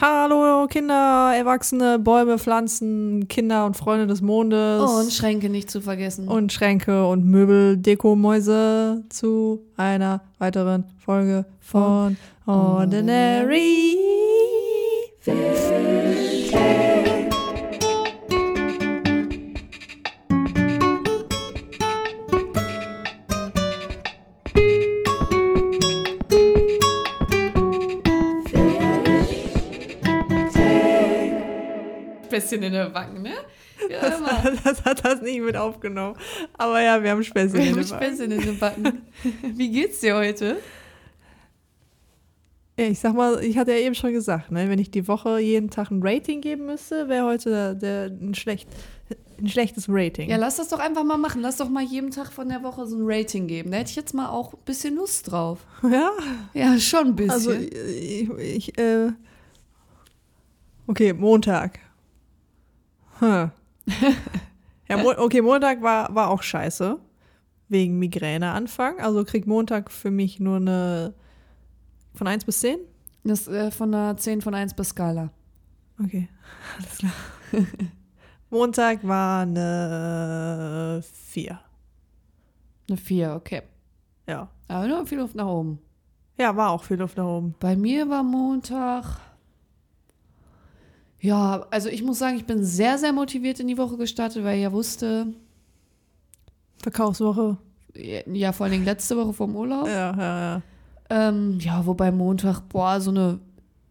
Hallo Kinder, Erwachsene, Bäume, Pflanzen, Kinder und Freunde des Mondes. Und Schränke nicht zu vergessen. und Schränke und Möbel, Dekomäuse zu einer weiteren Folge von Ordinary. bisschen in der Wangen, ne? Ja, immer. Das hat das nicht mit aufgenommen. Aber ja, wir haben Späße. Wir haben Späßchen in den Backen. Wie geht's dir heute? Ja, ich sag mal, ich hatte ja eben schon gesagt, ne, wenn ich die Woche jeden Tag ein Rating geben müsste, wäre heute der, der, ein, schlecht, ein schlechtes Rating. Ja, lass das doch einfach mal machen. Lass doch mal jedem Tag von der Woche so ein Rating geben. Da hätte ich jetzt mal auch ein bisschen Lust drauf. ja? Ja, schon ein bisschen. Also ich, ich äh, okay, Montag. Hm. ja, Mo okay, Montag war, war auch scheiße. Wegen Migräneanfang. Also kriegt Montag für mich nur eine von 1 bis 10? das äh, von einer 10 von 1 bis Skala. Okay, alles klar. Montag war eine 4. Eine 4, okay. Ja. Aber nur viel Luft nach oben. Ja, war auch viel Luft nach oben. Bei mir war Montag. Ja, also ich muss sagen, ich bin sehr, sehr motiviert in die Woche gestartet, weil ich ja wusste, Verkaufswoche. ja, vor allen Dingen letzte Woche vom Urlaub. Ja, ja, ja. Ähm, ja, wobei Montag, boah, so eine,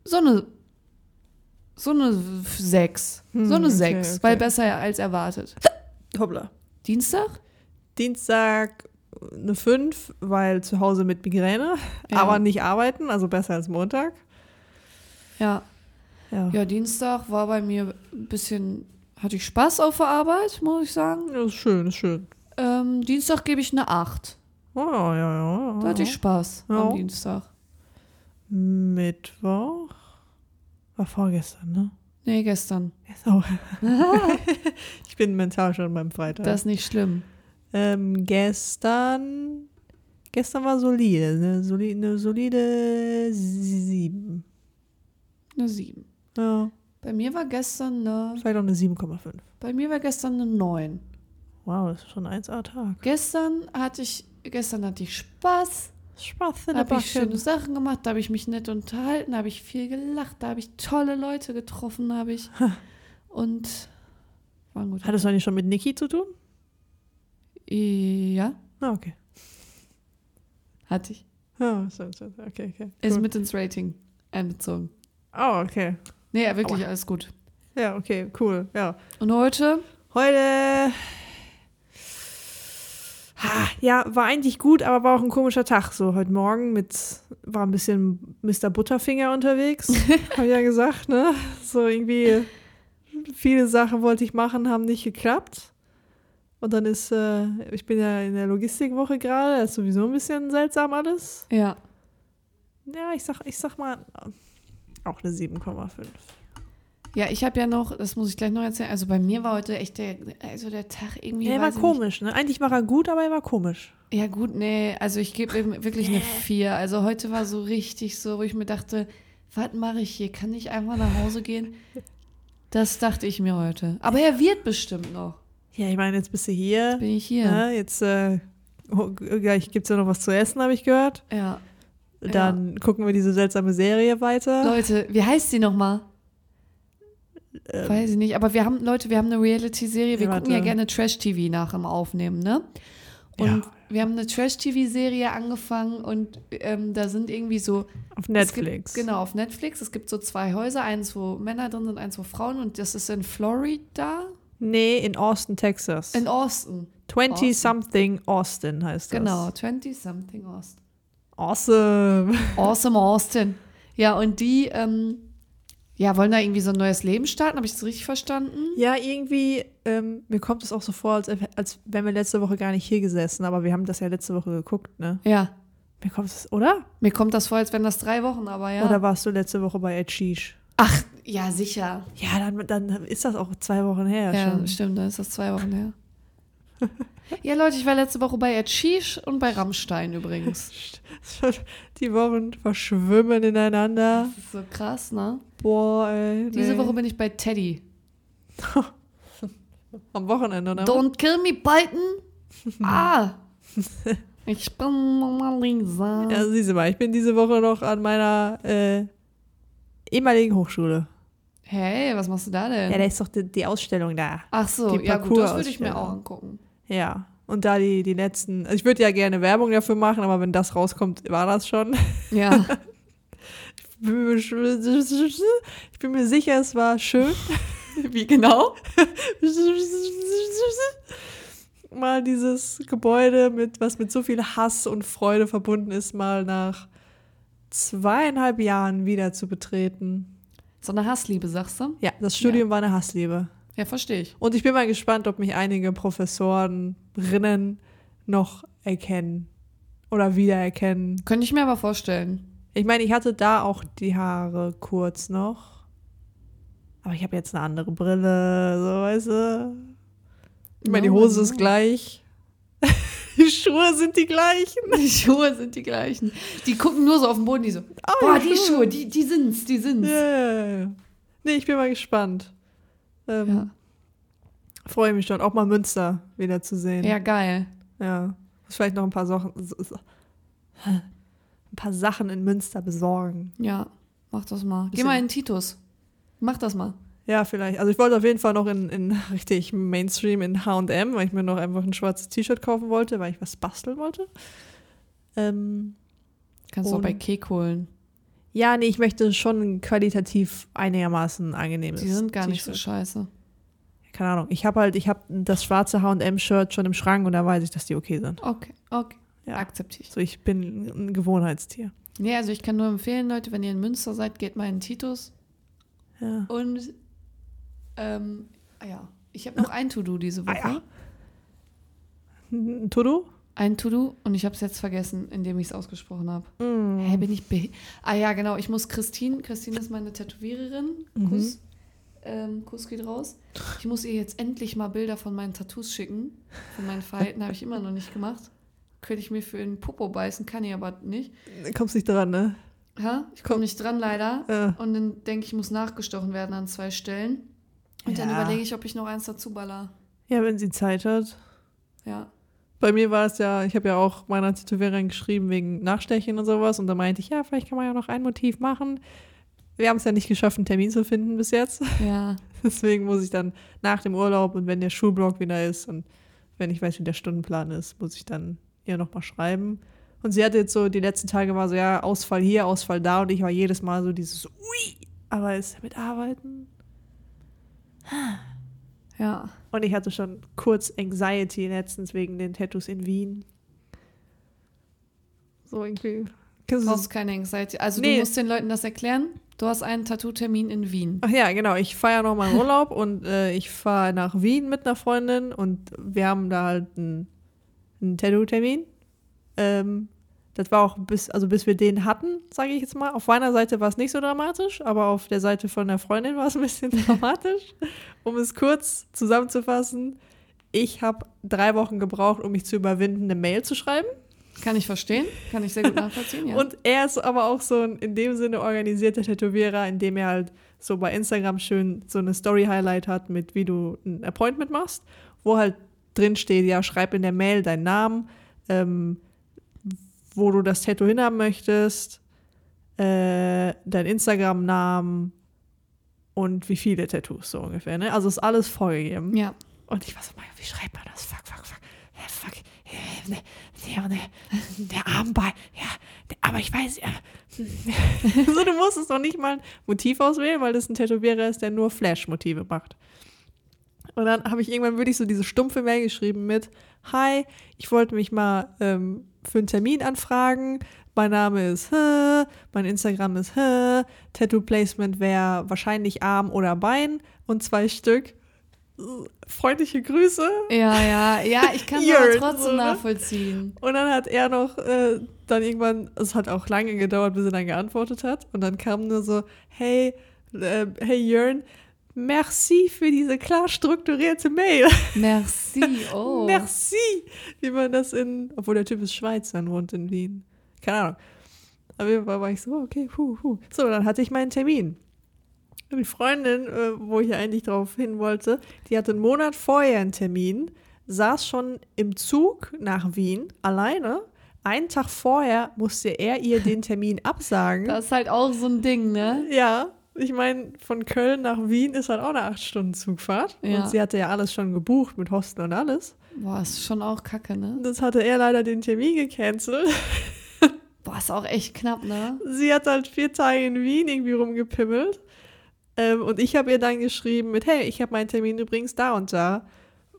so eine, so eine 6. Hm, so eine okay, 6, okay. weil besser als erwartet. Hoppla. Dienstag? Dienstag äh, eine 5, weil zu Hause mit Migräne, Ja. aber nicht arbeiten, also besser als Montag. Ja. Ja. Ja, Dienstag war bei mir ein bisschen, hatte ich Spaß auf der Arbeit, muss ich sagen. Ja, Ist schön, ist schön. Ähm, Dienstag gebe ich eine 8. Oh, ja, ja, ja. Da hatte ich Spaß Ja. am Dienstag. Mittwoch war vorgestern, ne? Nee, gestern. Ist auch- ich bin mental schon beim Freitag. Das ist nicht schlimm. ähm, gestern, gestern war solide, ne? Soli eine solide 7. Eine 7. Ja, Bei mir war gestern eine, vielleicht auch eine 7,5. bei mir war gestern eine 9. Wow, das ist schon ein 1A-Tag. Gestern hatte ich, gestern hatte ich Spaß. Spaß in Da der habe ich schöne Backe. Sachen gemacht, da habe ich mich nett unterhalten, da habe ich viel gelacht, da habe ich tolle Leute getroffen, da habe ich. Und war gut. Hattest du eigentlich schon mit Niki zu tun? Ja, Ah, okay. hatte ich. Ja, so, so, so, okay, okay. Ist cool. mit ins Rating einbezogen. oh, okay. Nee, ja, wirklich alles gut. Ja, okay, cool. Ja. Und heute? Heute. Ha, ja, war eigentlich gut, aber war auch ein komischer Tag. So, heute Morgen mit, war ein bisschen Mr. Butterfinger unterwegs, habe ich ja gesagt, ne? So irgendwie viele Sachen wollte ich machen, haben nicht geklappt. Und dann ist, äh, ich bin ja in der Logistikwoche gerade, das ist sowieso ein bisschen seltsam alles. Ja. Ja, ich sag, ich sag mal, äh, auch eine 7,5. Ja, ich habe ja noch, das muss ich gleich noch erzählen, also bei mir war heute echt der, also der Tag irgendwie. Ja, er war weiß ich komisch, ne? Eigentlich war er gut, aber er war komisch. Nicht. Ja, gut, nee, also ich gebe ihm wirklich eine 4. Also heute war so richtig so, wo ich mir dachte, was mache ich hier? Kann ich einfach nach Hause gehen? Das dachte ich mir heute. Aber er wird bestimmt noch. Ja, ich meine, jetzt bist du hier. Bin ich hier. Ne? Jetzt äh, oh, gleich gibt es ja noch was zu essen, habe ich gehört. Ja. Dann gucken wir diese seltsame Serie weiter. Leute, wie heißt sie nochmal? Ähm. Weiß ich nicht, aber wir haben, Leute, wir haben eine Reality-Serie. Wir Ja, gucken ja warte. gerne Trash-TV nach im Aufnehmen, ne? Und Ja. wir haben eine Trash-TV-Serie angefangen und ähm, da sind irgendwie so. Auf Es Netflix. gibt, genau, auf Netflix. Es gibt so zwei Häuser, eins, wo Männer drin sind, eins, wo Frauen und das ist in Florida? Nee, in Austin, Texas. In Austin. 20-something Austin heißt das. Genau, 20-something Austin. Awesome. Awesome Austin. Ja, und die ähm, ja, wollen da irgendwie so ein neues Leben starten. Habe ich das richtig verstanden? Ja, irgendwie, ähm, mir kommt es auch so vor, als, als wären wir letzte Woche gar nicht hier gesessen, aber wir haben das ja letzte Woche geguckt, ne? Ja. Mir kommt es, oder? Mir kommt das vor, als wären das drei Wochen, aber ja. Oder warst du letzte Woche bei Ed Sheesh? Ach, ja, sicher. Ja, dann, dann ist das auch zwei Wochen her Ja, schon. stimmt, dann ist das zwei Wochen her. Ja, Leute, ich war letzte Woche bei Achish und bei Rammstein übrigens. Die Wochen verschwimmen ineinander. Das ist so krass, ne? Boah, ey. Nee. Diese Woche bin ich bei Teddy. Am Wochenende, ne? Don't kill me, Python! Ah! Ich bin Mona Lisa. Ja, siehst du mal, ich bin diese Woche noch an meiner äh, ehemaligen Hochschule. Hey, was machst du da Ja, denn? da ist doch die, die Ausstellung da. Ach so, die ja gut, das würde ich Parcours-Ausstellung. mir auch angucken. Ja. Und da die, die letzten, also ich würde ja gerne Werbung dafür machen, aber wenn das rauskommt, war das schon. Ja. Ich bin mir sch- ich bin mir sicher, es war schön. Wie genau? mal dieses Gebäude, mit, was mit so viel Hass und Freude verbunden ist, mal nach zweieinhalb Jahren wieder zu betreten. So eine Hassliebe, sagst du? Ja, das Studium war eine Hassliebe. Ja, verstehe ich. Und ich bin mal gespannt, ob mich einige Professoreninnen noch erkennen oder wiedererkennen. Könnte ich mir aber vorstellen. Ich meine, ich hatte da auch die Haare kurz noch. Aber ich habe jetzt eine andere Brille, so weißt du. Ich meine, die No, Hose ist no. gleich. Die Schuhe sind die gleichen. Die Schuhe sind die gleichen. Die gucken nur so auf den Boden, die so, Ah, boah, die Schuhe, die, die sind's, die sind's. Yeah. Nee, ich bin mal gespannt. Ähm, Ja. Freue mich schon, auch mal Münster wieder zu sehen. ja, geil. Ja. Muss vielleicht noch ein paar Sachen, ein paar Sachen in Münster besorgen. Ja, mach das mal. Geh Bisschen- mal in Titus. Mach das mal. Ja, vielleicht. Also ich wollte auf jeden Fall noch in, in richtig Mainstream in H&M, weil ich mir noch einfach ein schwarzes T-Shirt kaufen wollte, weil ich was basteln wollte. Ähm, Kannst du auch Und- bei Kek holen. ja, nee, ich möchte schon qualitativ einigermaßen angenehmes. Die sind gar nicht so T-Shirt. scheiße. Keine Ahnung. Ich habe halt, ich habe das schwarze H&M-Shirt schon im Schrank und da weiß ich, dass die okay sind. Okay, okay. Ja. Akzeptiere ich. So, ich bin ein Gewohnheitstier. Nee, also ich kann nur empfehlen, Leute, wenn ihr in Münster seid, geht mal in Titus. Ja. Und, ähm, ah ja, ich habe noch ein To-Do diese Ah Woche. ja. Ein Todo? Ein To-Do und ich habe es jetzt vergessen, indem ich es ausgesprochen habe. Mm. Hä, bin ich beh Ah ja, genau, ich muss Christine, Christine ist meine Tätowiererin. Mhm. Kuss, ähm, Kuss geht raus. Ich muss ihr jetzt endlich mal Bilder von meinen Tattoos schicken. Von meinen Verhalten habe ich immer noch nicht gemacht. Könnte ich mir für den Popo beißen, kann ich aber nicht. Kommst nicht dran, ne? Ha? Ich komme nicht dran, leider. Äh. Und dann denke ich, muss nachgestochen werden an zwei Stellen. Und dann Ja. überlege ich, ob ich noch eins dazu baller. Ja, wenn sie Zeit hat. Ja. Bei mir war es ja, ich habe ja auch meiner Tätowiererin geschrieben wegen Nachstechen und sowas und da meinte ich, ja, vielleicht kann man ja noch ein Motiv machen. Wir haben es ja nicht geschafft, einen Termin zu finden bis jetzt. Ja. Deswegen muss ich dann nach dem Urlaub und wenn der Schulblock wieder ist und wenn ich weiß, wie der Stundenplan ist, muss ich dann ihr nochmal schreiben. Und sie hatte jetzt so, die letzten Tage war so, ja, Ausfall hier, Ausfall da und ich war jedes Mal so dieses, ui, aber ist ja mit Arbeiten. Ja. Und ich hatte schon kurz Anxiety letztens wegen den Tattoos in Wien. So irgendwie. Du Kennst du das? brauchst keine Anxiety. Also Nee. du musst den Leuten das erklären. Du hast einen Tattoo-Termin in Wien. Ach ja, genau. Ich fahre ja noch mal in Urlaub und äh, ich fahre nach Wien mit einer Freundin und wir haben da halt einen, einen Tattoo-Termin. Ähm, das war auch bis, also bis wir den hatten, sage ich jetzt mal. Auf meiner Seite war es nicht so dramatisch, aber auf der Seite von der Freundin war es ein bisschen dramatisch. Um es kurz zusammenzufassen, ich habe drei Wochen gebraucht, um mich zu überwinden, eine Mail zu schreiben. Kann ich verstehen. Kann ich sehr gut nachvollziehen, ja. Und er ist aber auch so ein in dem Sinne organisierter Tätowierer, indem er halt so bei Instagram schön so eine Story-Highlight hat, mit wie du ein Appointment machst, wo halt drin steht, ja, schreib in der Mail deinen Namen, ähm, wo du das Tattoo hinhaben möchtest, äh, deinen Instagram-Namen und wie viele Tattoos so ungefähr. Ne? Also ist alles vorgegeben. ja. Und ich war so, Mann, wie schreibt man das? Fuck, fuck, fuck. Äh, Fuck. Äh, Ne, ne, ne, der Armball. Ja, der, aber ich weiß ja. Hm. so, du musstest noch nicht mal ein Motiv auswählen, weil das ein Tätowierer ist, der nur Flash-Motive macht. Und dann habe ich irgendwann wirklich so diese stumpfe Mail geschrieben mit: Hi, ich wollte mich mal ähm, für einen Termin anfragen. Mein Name ist Hä, mein Instagram ist Hä, Tattoo Placement wäre wahrscheinlich Arm oder Bein und zwei Stück. Freundliche Grüße. Ja, ja, ja, ich kann es You're aber it, trotzdem so, ne? nachvollziehen. Und dann hat er noch äh, dann irgendwann, es hat auch lange gedauert, bis er dann geantwortet hat. Und dann kam nur so, hey, äh, hey Jörn, Merci für diese klar strukturierte Mail. Merci, oh. Merci, wie man das in, obwohl der Typ ist Schweizer und wohnt in Wien. Keine Ahnung. Auf jeden Fall war ich so, oh, okay, puh, puh. So, dann hatte ich meinen Termin. Und die Freundin, äh, wo ich eigentlich drauf hin wollte, die hatte einen Monat vorher einen Termin, saß schon im Zug nach Wien alleine. Einen Tag vorher musste er ihr den Termin absagen. Das ist halt auch so ein Ding, ne? Ja, ich meine, von Köln nach Wien ist halt auch eine 8-Stunden-Zugfahrt. Ja. Und sie hatte ja alles schon gebucht mit Hostel und alles. Boah, ist schon auch kacke, ne? Das hatte er leider den Termin gecancelt. Boah, ist auch echt knapp, ne? Sie hat halt vier Tage in Wien irgendwie rumgepimmelt. Ähm, und ich habe ihr dann geschrieben mit, hey, ich habe meinen Termin übrigens da und da.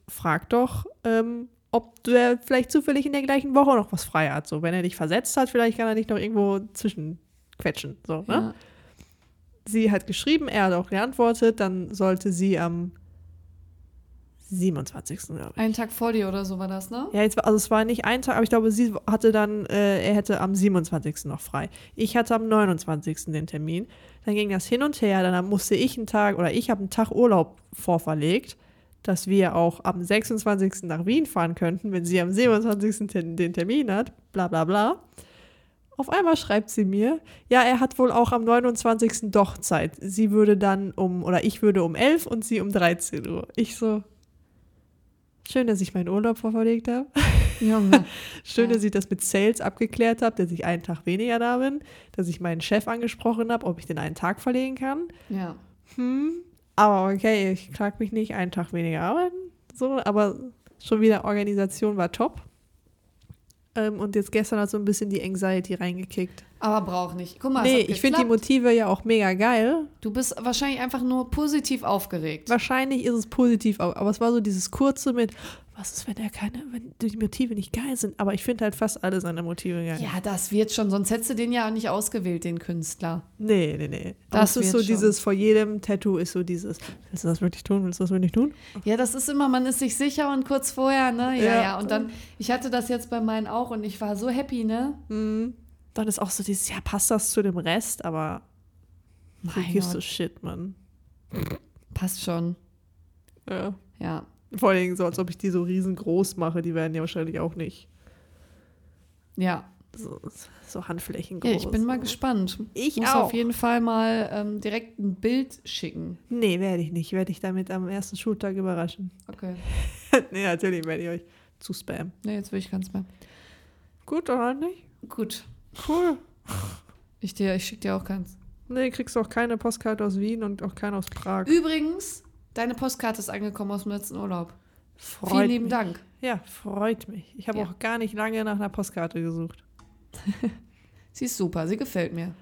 Frag doch, ähm, ob der vielleicht zufällig in der gleichen Woche noch was frei hat. So, wenn er dich versetzt hat, vielleicht kann er dich noch irgendwo zwischenquetschen. So, ne? Ja. sie hat geschrieben, er hat auch geantwortet, dann sollte sie am 27. glaube Einen Tag vor dir oder so war das, ne? ich. Ja, jetzt, war- also es war nicht ein Tag, aber ich glaube, sie hatte dann, äh, er hätte am 27. noch frei. Ich hatte am 29. den Termin. Dann ging das hin und her, dann musste ich einen Tag oder ich habe einen Tag Urlaub vorverlegt, dass wir auch am 26. nach Wien fahren könnten, wenn sie am 27. ten- den Termin hat, bla bla bla. Auf einmal schreibt sie mir, ja, er hat wohl auch am 29. doch Zeit. Sie würde dann um, oder ich würde um 11 und sie um 13 Uhr. Ich so, schön, dass ich meinen Urlaub vorverlegt habe. Junge. Schön, Ja. dass ich das mit Sales abgeklärt habe, dass ich einen Tag weniger da bin, dass ich meinen Chef angesprochen habe, ob ich den einen Tag verlegen kann. Ja. Hm, aber okay, ich klag mich nicht, einen Tag weniger arbeiten. So, aber schon wieder Organisation war top. Ähm, und jetzt gestern hat so ein bisschen die Anxiety reingekickt. Aber braucht nicht. Guck mal, es nee, hat ich finde die geklappt. Motive ja auch mega geil. Du bist wahrscheinlich einfach nur positiv aufgeregt. Wahrscheinlich ist es positiv, au- aber es war so dieses kurze mit, was ist, wenn er keine, wenn die Motive nicht geil sind? Aber ich finde halt fast alle seine Motive geil. Ja, das wird schon, sonst hättest du den ja nicht ausgewählt, den Künstler. Nee, nee, nee. Das Das ist wird so schon. dieses, vor jedem Tattoo ist so dieses, willst du das wirklich tun, willst du das wirklich tun? Ja, das ist immer, man ist sich sicher und kurz vorher, ne? Ja, ja, Ja. Und dann, ich hatte das jetzt bei meinen auch und ich war so happy, ne? Hm, Dann ist auch so dieses, ja, passt das zu dem Rest, aber who Mein gives a Gott, shit, Mann. passt schon. Ja. Ja. Vor allen Dingen so, als ob ich die so riesengroß mache, die werden ja wahrscheinlich auch nicht Ja. so, so handflächengroß. ja, ich bin mal gespannt. Ich Muss auch. auf jeden Fall mal ähm, direkt ein Bild schicken. Nee, werde ich nicht. Werde ich damit am ersten Schultag überraschen. Okay. nee, natürlich werde ich euch zu spam. Ne, jetzt will ich ganz mehr. Gut, oder halt nicht? Gut. Cool. Ich, dir- ich schicke dir auch keins. Nee, kriegst auch keine Postkarte aus Wien und auch keine aus Prag. Übrigens, deine Postkarte ist angekommen aus dem letzten Urlaub. Freut Vielen lieben mich. Dank. Ja, freut mich. Ich habe Ja. auch gar nicht lange nach einer Postkarte gesucht. Sie ist super, sie gefällt mir.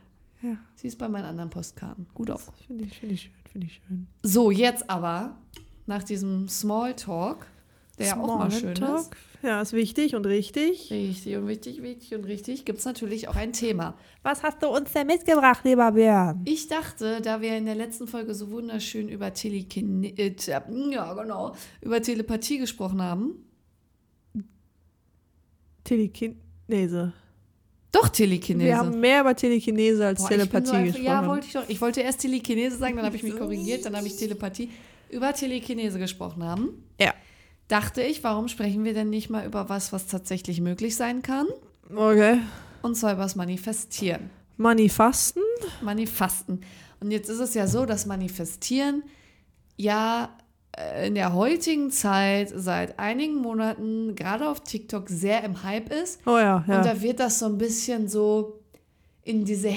Ja. Sie ist bei meinen anderen Postkarten. Gut auf. Finde ich, finde ich schön, finde ich schön. So, jetzt aber, nach diesem Smalltalk, der ja auch mal schön Smalltalk. ist. Ja, ist wichtig und richtig. Richtig und wichtig, wichtig und richtig, gibt es natürlich auch ein Thema. Was hast du uns denn mitgebracht, lieber Björn? Ich dachte, da wir in der letzten Folge so wunderschön über Telekine äh, Te- ja, genau, über Telepathie gesprochen haben. Telekinese. Doch Telekinese. Wir haben mehr über Telekinese als Boah, ich bin Telepathie so einfach- gesprochen. Ja, wollte ich doch. Ich wollte erst Telekinese sagen, dann habe ich mich korrigiert, dann habe ich Telepathie. Über Telekinese gesprochen haben. Ja. Dachte ich, warum sprechen wir denn nicht mal über was, was tatsächlich möglich sein kann? okay. Und zwar über das Manifestieren. Manifasten? Manifesten. Und jetzt ist es ja so, dass Manifestieren ja äh, in der heutigen Zeit seit einigen Monaten gerade auf TikTok sehr im Hype ist. Oh ja, Und ja. da wird das so ein bisschen so in diese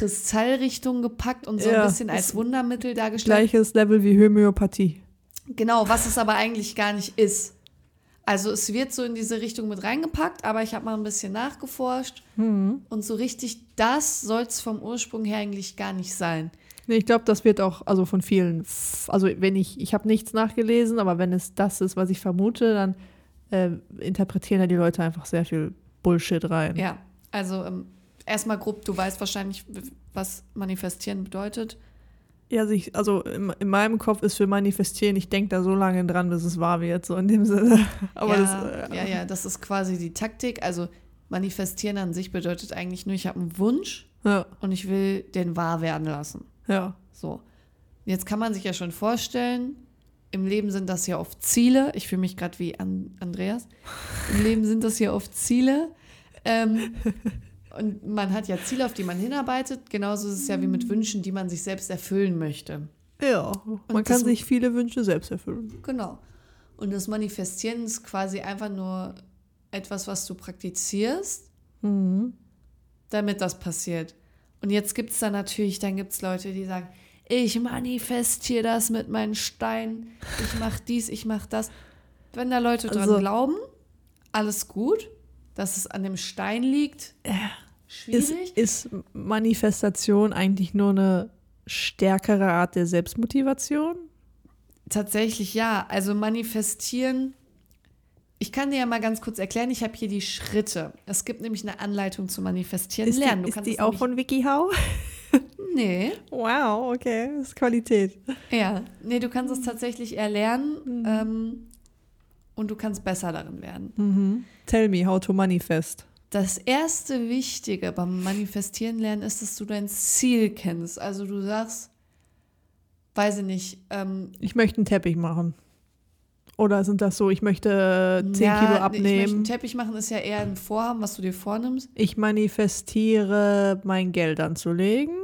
Hexenkristallrichtung gepackt und so Ja, ein bisschen als ist Wundermittel dargestellt. Gleiches Level wie Homöopathie. Genau, was es aber eigentlich gar nicht ist. Also es wird so in diese Richtung mit reingepackt, aber ich habe mal ein bisschen nachgeforscht Hm. und so richtig das soll es vom Ursprung her eigentlich gar nicht sein. Nee, ich glaube, das wird auch also von vielen, f- also wenn ich, ich habe nichts nachgelesen, aber wenn es das ist, was ich vermute, dann äh, interpretieren ja die Leute einfach sehr viel Bullshit rein. Ja, also ähm, erstmal grob, du weißt wahrscheinlich, w- was manifestieren bedeutet. Ja, also, ich, also in, in meinem Kopf ist für manifestieren, ich denke da so lange dran, bis es wahr wird, so in dem Sinne. Aber ja, das, äh, ja, ja, das ist quasi die Taktik. Also manifestieren an sich bedeutet eigentlich nur, ich habe einen Wunsch ja, und ich will den wahr werden lassen. ja. So. Jetzt kann man sich ja schon vorstellen, im Leben sind das ja oft Ziele. Ich fühle mich gerade wie An Andreas. Im Leben sind das ja oft Ziele. Ähm, und man hat ja Ziele, auf die man hinarbeitet. Genauso ist es ja wie mit Wünschen, die man sich selbst erfüllen möchte. Ja, man kann das- sich viele Wünsche selbst erfüllen. Genau. Und das Manifestieren ist quasi einfach nur etwas, was du praktizierst, Mhm. damit das passiert. Und jetzt gibt es da natürlich, dann gibt es Leute, die sagen, ich manifestiere das mit meinen Steinen, ich mache dies, ich mache das. Wenn da Leute dran Also- glauben, alles gut, dass es an dem Stein liegt, Ist, schwierig. ist Manifestation eigentlich nur eine stärkere Art der Selbstmotivation? Tatsächlich ja. Also manifestieren. Ich kann dir ja mal ganz kurz erklären, ich habe hier die Schritte. Es gibt nämlich eine Anleitung zu manifestieren. Ist Lernen. die, ist kannst die es auch von WikiHow? nämlich- Nee. Wow, okay, das ist Qualität. Ja. Nee, du Mhm. kannst es tatsächlich erlernen ähm, und du kannst besser darin werden. Mhm. Tell me how to manifest. Das erste Wichtige beim Manifestieren lernen ist, dass du dein Ziel kennst. Also du sagst, weiß ich nicht, ähm, Ich möchte einen Teppich machen. Oder sind das so, ich möchte 10 Kilo ja, nee, Ich möchte einen abnehmen? Ich, Teppich machen ist ja eher ein Vorhaben, was du dir vornimmst. manifestiere, mein Geld anzulegen,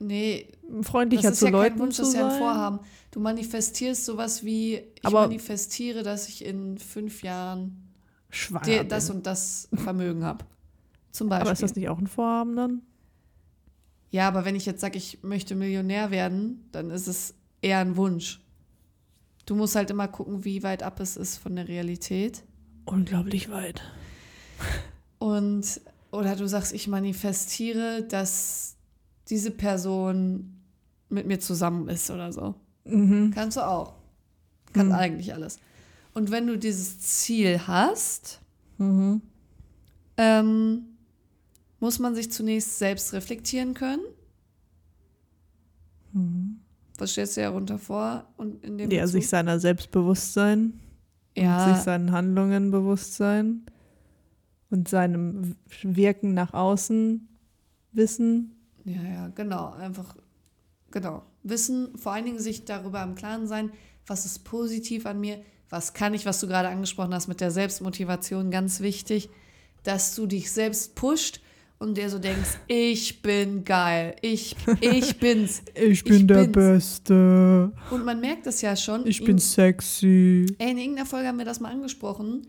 Nee, freundlicher das ist zu ja Leuten kein Wunsch, zu das ist ja ein sein. Vorhaben. Du manifestierst sowas wie, ich Aber- manifestiere, dass ich in fünf Jahren Schwanger dir bin. das und das Vermögen habe. Zum Beispiel. Ah, Aber ist das nicht auch ein Vorhaben dann? ja, aber wenn ich jetzt sage, ich möchte Millionär werden, dann ist es eher ein Wunsch. Du musst halt immer gucken, wie weit ab es ist von der Realität. Unglaublich weit. Und oder du sagst, ich manifestiere, dass diese Person mit mir zusammen ist oder so. Mhm. Kannst du auch. Kann eigentlich alles. Und wenn du dieses Ziel hast, Mhm. ähm, muss man sich zunächst selbst reflektieren können. Was stellst du dir darunter vor? Und in dem Mhm. Ja, Bezug? sich seiner Selbstbewusstsein, ja, sich seinen Handlungen bewusst sein und seinem Wirken nach außen wissen. Ja, ja, genau. Einfach, genau. Wissen, vor allen Dingen sich darüber im Klaren sein, was ist positiv an mir, was kann ich, was du gerade angesprochen hast mit der Selbstmotivation, ganz wichtig, dass du dich selbst pusht und dir so denkst, ich bin geil, ich, ich bin's. Ich bin der bin's. Mhm. Beste. Und man merkt das ja schon. Ich in- bin sexy. Ey, in irgendeiner Folge haben wir das mal angesprochen.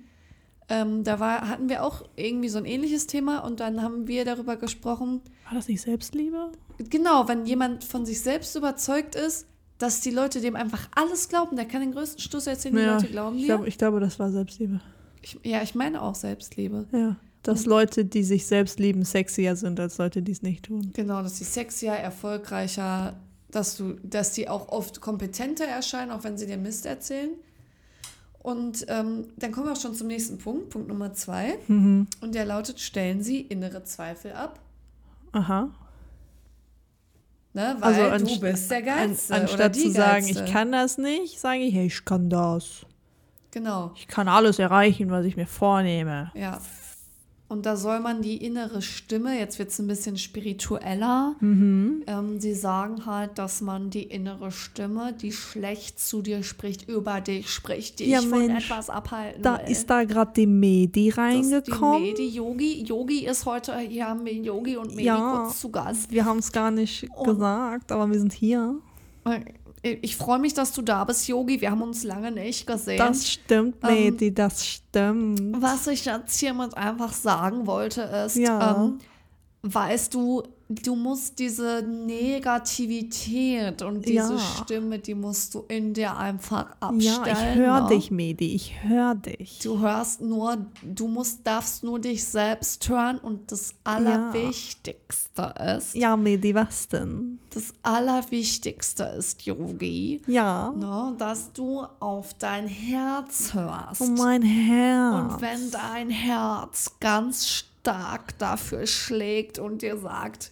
Ähm, da war, hatten wir auch irgendwie so ein ähnliches Thema und dann haben wir darüber gesprochen, War das nicht Selbstliebe? Genau, wenn jemand von sich selbst überzeugt ist, dass die Leute dem einfach alles glauben, der kann den größten Stoß erzählen, die Leute glauben ich, dir. glaub, ich glaube, das war Selbstliebe. Ich, ja, ich meine auch Selbstliebe. Ja. Dass Leute, die sich selbst lieben, sexier sind als Leute, die es nicht tun. Genau, dass die sexier, erfolgreicher, dass du, dass die auch oft kompetenter erscheinen, auch wenn sie dir Mist erzählen. Und ähm, dann kommen wir auch schon zum nächsten Punkt, Punkt Nummer zwei. Mhm. Und der lautet: Stellen Sie innere Zweifel ab. Aha. Ne? Weil Also anst- du bist der Geilste. an, oder anstatt die zu sagen, Geilste. ich kann das nicht, sage ich, hey, ich kann das. Genau. Ich kann alles erreichen, was ich mir vornehme. Ja. Und da soll man die innere Stimme, jetzt wird es ein bisschen spiritueller, Mhm. ähm, sie sagen halt, dass man die innere Stimme, die schlecht zu dir spricht, über dich spricht, die Ja, dich von Mensch, etwas abhalten Da will. ist da gerade die Medi Dass reingekommen. Die Medi, Yogi, Yogi ist heute, hier haben wir Yogi und Medi Ja. kurz zu Gast. Wir haben es gar nicht Oh. gesagt, aber wir sind hier. Äh, Ich freue mich, dass du da bist, Yogi. Wir haben uns lange nicht gesehen. Das stimmt, Ähm, Medi, das stimmt. Was ich jetzt hiermit einfach sagen wollte, ist, Ja. ähm, weißt du, du musst diese Negativität und diese Ja. Stimme, die musst du in dir einfach Ja, abstellen. ich höre ne? dich, Medi, ich höre dich. Du hörst nur, du musst, darfst nur dich selbst hören und das Allerwichtigste ist, Ja, Medi, was denn? das Allerwichtigste ist, Yogi, Ja. Oh ne, dass du auf dein Herz hörst. Oh, mein Herr. Und wenn dein Herz ganz stark dafür schlägt und dir sagt,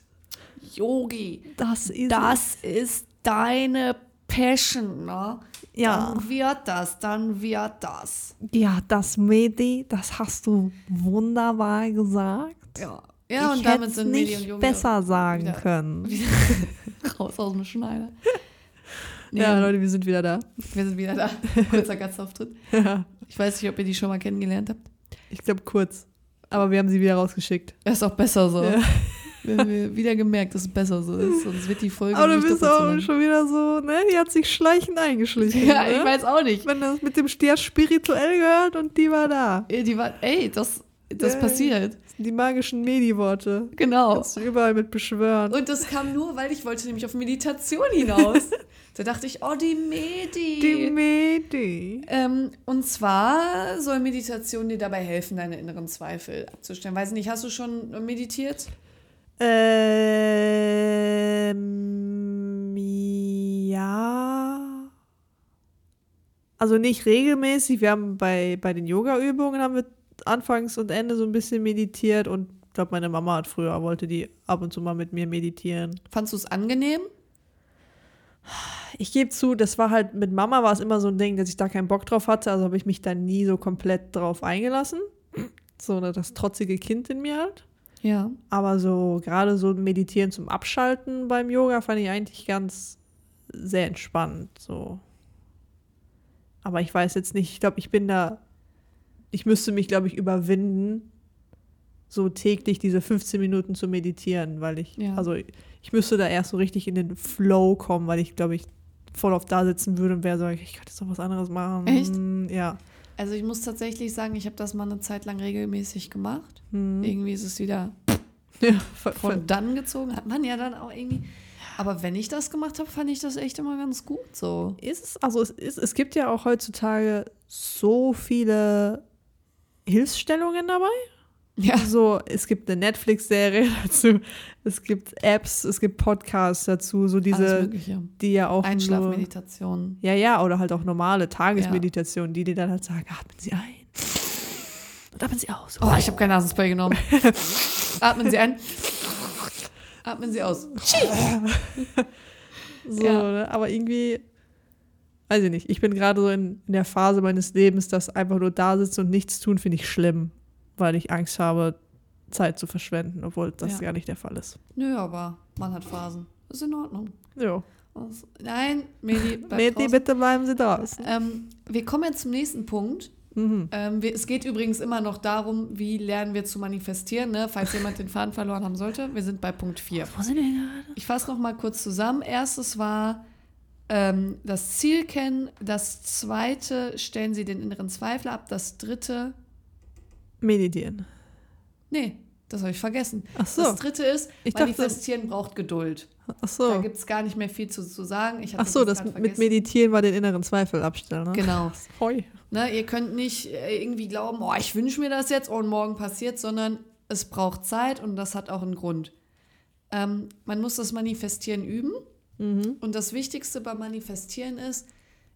Yogi, Das ist. das ist deine Passion, ne? Ja. Dann wird das, dann wird das. Ja, das Medi, das hast du wunderbar gesagt. Ja. Ja, ich und damit hätt's sind nicht Medi und Yogi besser sagen wieder- können. raus aus dem Schneider. Nee, Ja, Leute, wir sind wieder da. wir sind wieder da. Kurzer Gastauftritt. Ja, Ich weiß nicht, ob ihr die schon mal kennengelernt habt. ich glaube kurz. Aber wir haben sie wieder rausgeschickt. Das ist auch besser so. Ja. Wir haben wir wieder gemerkt, dass es besser so ist. Sonst wird die Folge Aber du nicht bist doppelt so auch lang. schon wieder so, ne? Die hat sich schleichend eingeschlichen. Ja, ne? ich weiß auch nicht. Wenn das mit dem Stier spirituell gehört und die war da. Ey, Die war, ey, das, das Ja. passiert. Die magischen Medi-Worte. Genau. Kannst du überall mit beschwören. Und das kam nur, weil ich wollte nämlich auf Meditation hinaus. Da dachte ich, oh, die Medi. Die Medi. ähm, und zwar soll Meditation dir dabei helfen, deine inneren Zweifel abzustellen. Weiß nicht, hast du schon meditiert? Ähm, ja. Also nicht regelmäßig. Wir haben bei, bei den Yoga-Übungen haben wir anfangs und Ende so ein bisschen meditiert und ich glaube, meine Mama hat früher, wollte die ab und zu mal mit mir meditieren. Fandst du es angenehm? Ich gebe zu, das war halt, mit Mama war es immer so ein Ding, dass ich da keinen Bock drauf hatte, also habe ich mich da nie so komplett drauf eingelassen. So ne, das trotzige Kind in mir halt. Ja. Aber so gerade so Meditieren zum Abschalten beim Yoga fand ich eigentlich ganz sehr entspannend. So. Aber ich weiß jetzt nicht, ich glaube, ich bin da, ich müsste mich, glaube ich, überwinden, so täglich diese 15 Minuten zu meditieren, weil ich, Ja. also ich müsste da erst so richtig in den Flow kommen, weil ich, glaube ich, voll auf da sitzen würde und wäre so, ich könnte jetzt noch was anderes machen. Echt? Ja. Also ich muss tatsächlich sagen, ich habe das mal eine Zeit lang regelmäßig gemacht. Hm. Irgendwie ist es wieder ja voll, voll. von dann gezogen. Hat man ja dann auch irgendwie. Aber wenn ich das gemacht habe, fand ich das echt immer ganz gut so. Ist es, also es, ist, es gibt ja auch heutzutage so viele Hilfsstellungen dabei. Ja. So, es gibt eine Netflix-Serie dazu, es gibt Apps, es gibt Podcasts dazu, so Alles diese, Mögliche. die ja auch nur, Einschlafmeditation. ja, ja, oder halt auch normale Tagesmeditationen, die dir dann halt sagen, atmen Sie ein und atmen Sie aus. Oh, ich habe kein Nasenspray genommen. Atmen Sie ein. Atmen Sie aus. So, Ja. ne? Aber irgendwie, weiß ich nicht, ich bin gerade so in, in der Phase meines Lebens, dass einfach nur da sitzen und nichts tun, finde ich schlimm, weil ich Angst habe, Zeit zu verschwenden, obwohl das Ja. gar nicht der Fall ist. Nö, aber man hat Phasen. Ist in Ordnung. Jo. Ist- Nein, Medi, bleib Mädchen, draußen. bitte bleiben Sie draußen. ähm, wir kommen jetzt zum nächsten Punkt. Mhm. Ähm, wir, es geht übrigens immer noch darum, wie lernen wir zu manifestieren, ne? falls jemand den Faden verloren haben sollte. Wir sind bei Punkt 4. Wo sind wir gerade? Ich fasse noch mal kurz zusammen. Erstes war ähm, das Ziel kennen. Das zweite, stellen Sie den inneren Zweifel ab. Das dritte, Meditieren. nee, das habe ich vergessen. Ach so. Das dritte ist, Ich dachte- manifestieren braucht Geduld. Ach Da so. gibt es gar nicht mehr viel zu, zu sagen. Ich hatte Ach so, das grad mit vergessen. Meditieren war den inneren Zweifel abstellen. Ne? Genau. Hoi. Ne, ihr könnt nicht äh, irgendwie glauben, oh, ich wünsche mir das jetzt und morgen passiert, sondern es braucht Zeit und das hat auch einen Grund. Ähm, man muss das Manifestieren üben. Mhm. Und das Wichtigste beim Manifestieren ist,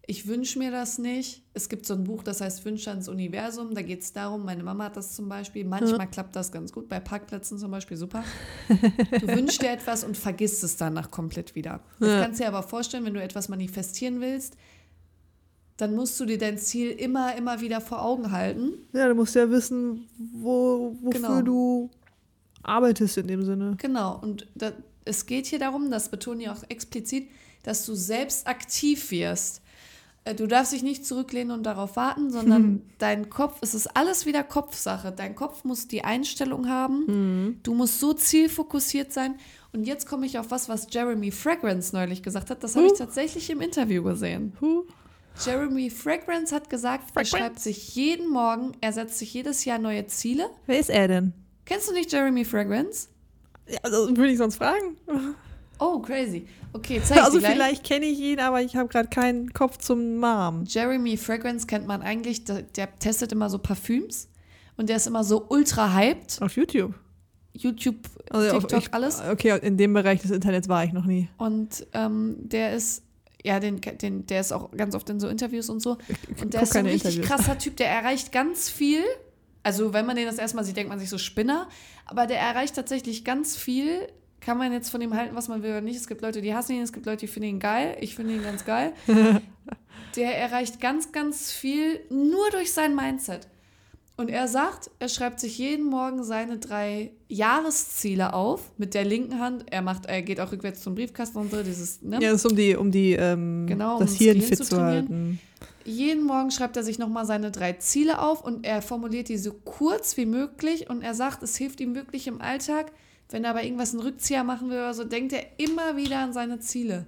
ich wünsche mir das nicht. Es gibt so ein Buch, das heißt Wünsche ans Universum. Da geht es darum, meine Mama hat das zum Beispiel. Manchmal klappt das ganz gut, bei Parkplätzen zum Beispiel super. Du wünschst dir etwas und vergisst es danach komplett wieder. Jetzt Ja. kannst du dir aber vorstellen, wenn du etwas manifestieren willst, dann musst du dir dein Ziel immer, immer wieder vor Augen halten. Ja, du musst ja wissen, wo, wofür Genau. du arbeitest in dem Sinne. Genau, und da, es geht hier darum, das betonen die auch explizit, dass du selbst aktiv wirst. Äh, Du darfst dich nicht zurücklehnen und darauf warten, sondern dein Kopf, es ist alles wieder Kopfsache. Dein Kopf muss die Einstellung haben, du musst so zielfokussiert sein. Und jetzt komme ich auf was, was Jeremy Fragrance neulich gesagt hat. Das habe ich Huh. tatsächlich im Interview gesehen. Huh. Jeremy Fragrance hat gesagt, er Fragrance. schreibt sich jeden Morgen, er setzt sich jedes Jahr neue Ziele. Wer ist er denn? Kennst du nicht Jeremy Fragrance? Ja, also würde ich sonst fragen. Oh, crazy. Okay, zeig ich Also dir gleich. vielleicht kenne ich ihn, aber ich habe gerade keinen Kopf zum Namen. Jeremy Fragrance kennt man eigentlich, der, der testet immer so Parfüms und der ist immer so ultra hyped. Auf YouTube. YouTube, Also auf- TikTok, ich, alles. Okay, in dem Bereich des Internets war ich noch nie. Und ähm, der ist, ja, den, den, der ist auch ganz oft in so Interviews und so. Und der guck ist so ein keine richtig Interviews. krasser Typ, der erreicht ganz viel. Also, wenn man den das erstmal sieht, denkt man sich so Spinner. Aber der erreicht tatsächlich ganz viel. Kann man jetzt von ihm halten, was man will oder nicht. Es gibt Leute, die hassen ihn, es gibt Leute, die finden ihn geil. Ich finde ihn ganz geil. der erreicht ganz, ganz viel nur durch sein Mindset. Und er sagt, er schreibt sich jeden Morgen seine drei Jahresziele auf mit der linken Hand. Er macht, er geht auch rückwärts zum Briefkasten und so, dieses, ne? Ja, das ist um die, um die, ähm, Genau, um das das Hirn Gehirn fit zu zu halten. Jeden Morgen schreibt er sich nochmal seine drei Ziele auf und er formuliert die so kurz wie möglich und er sagt, es hilft ihm wirklich im Alltag. Wenn er aber irgendwas einen Rückzieher machen will oder so, denkt er immer wieder an seine Ziele.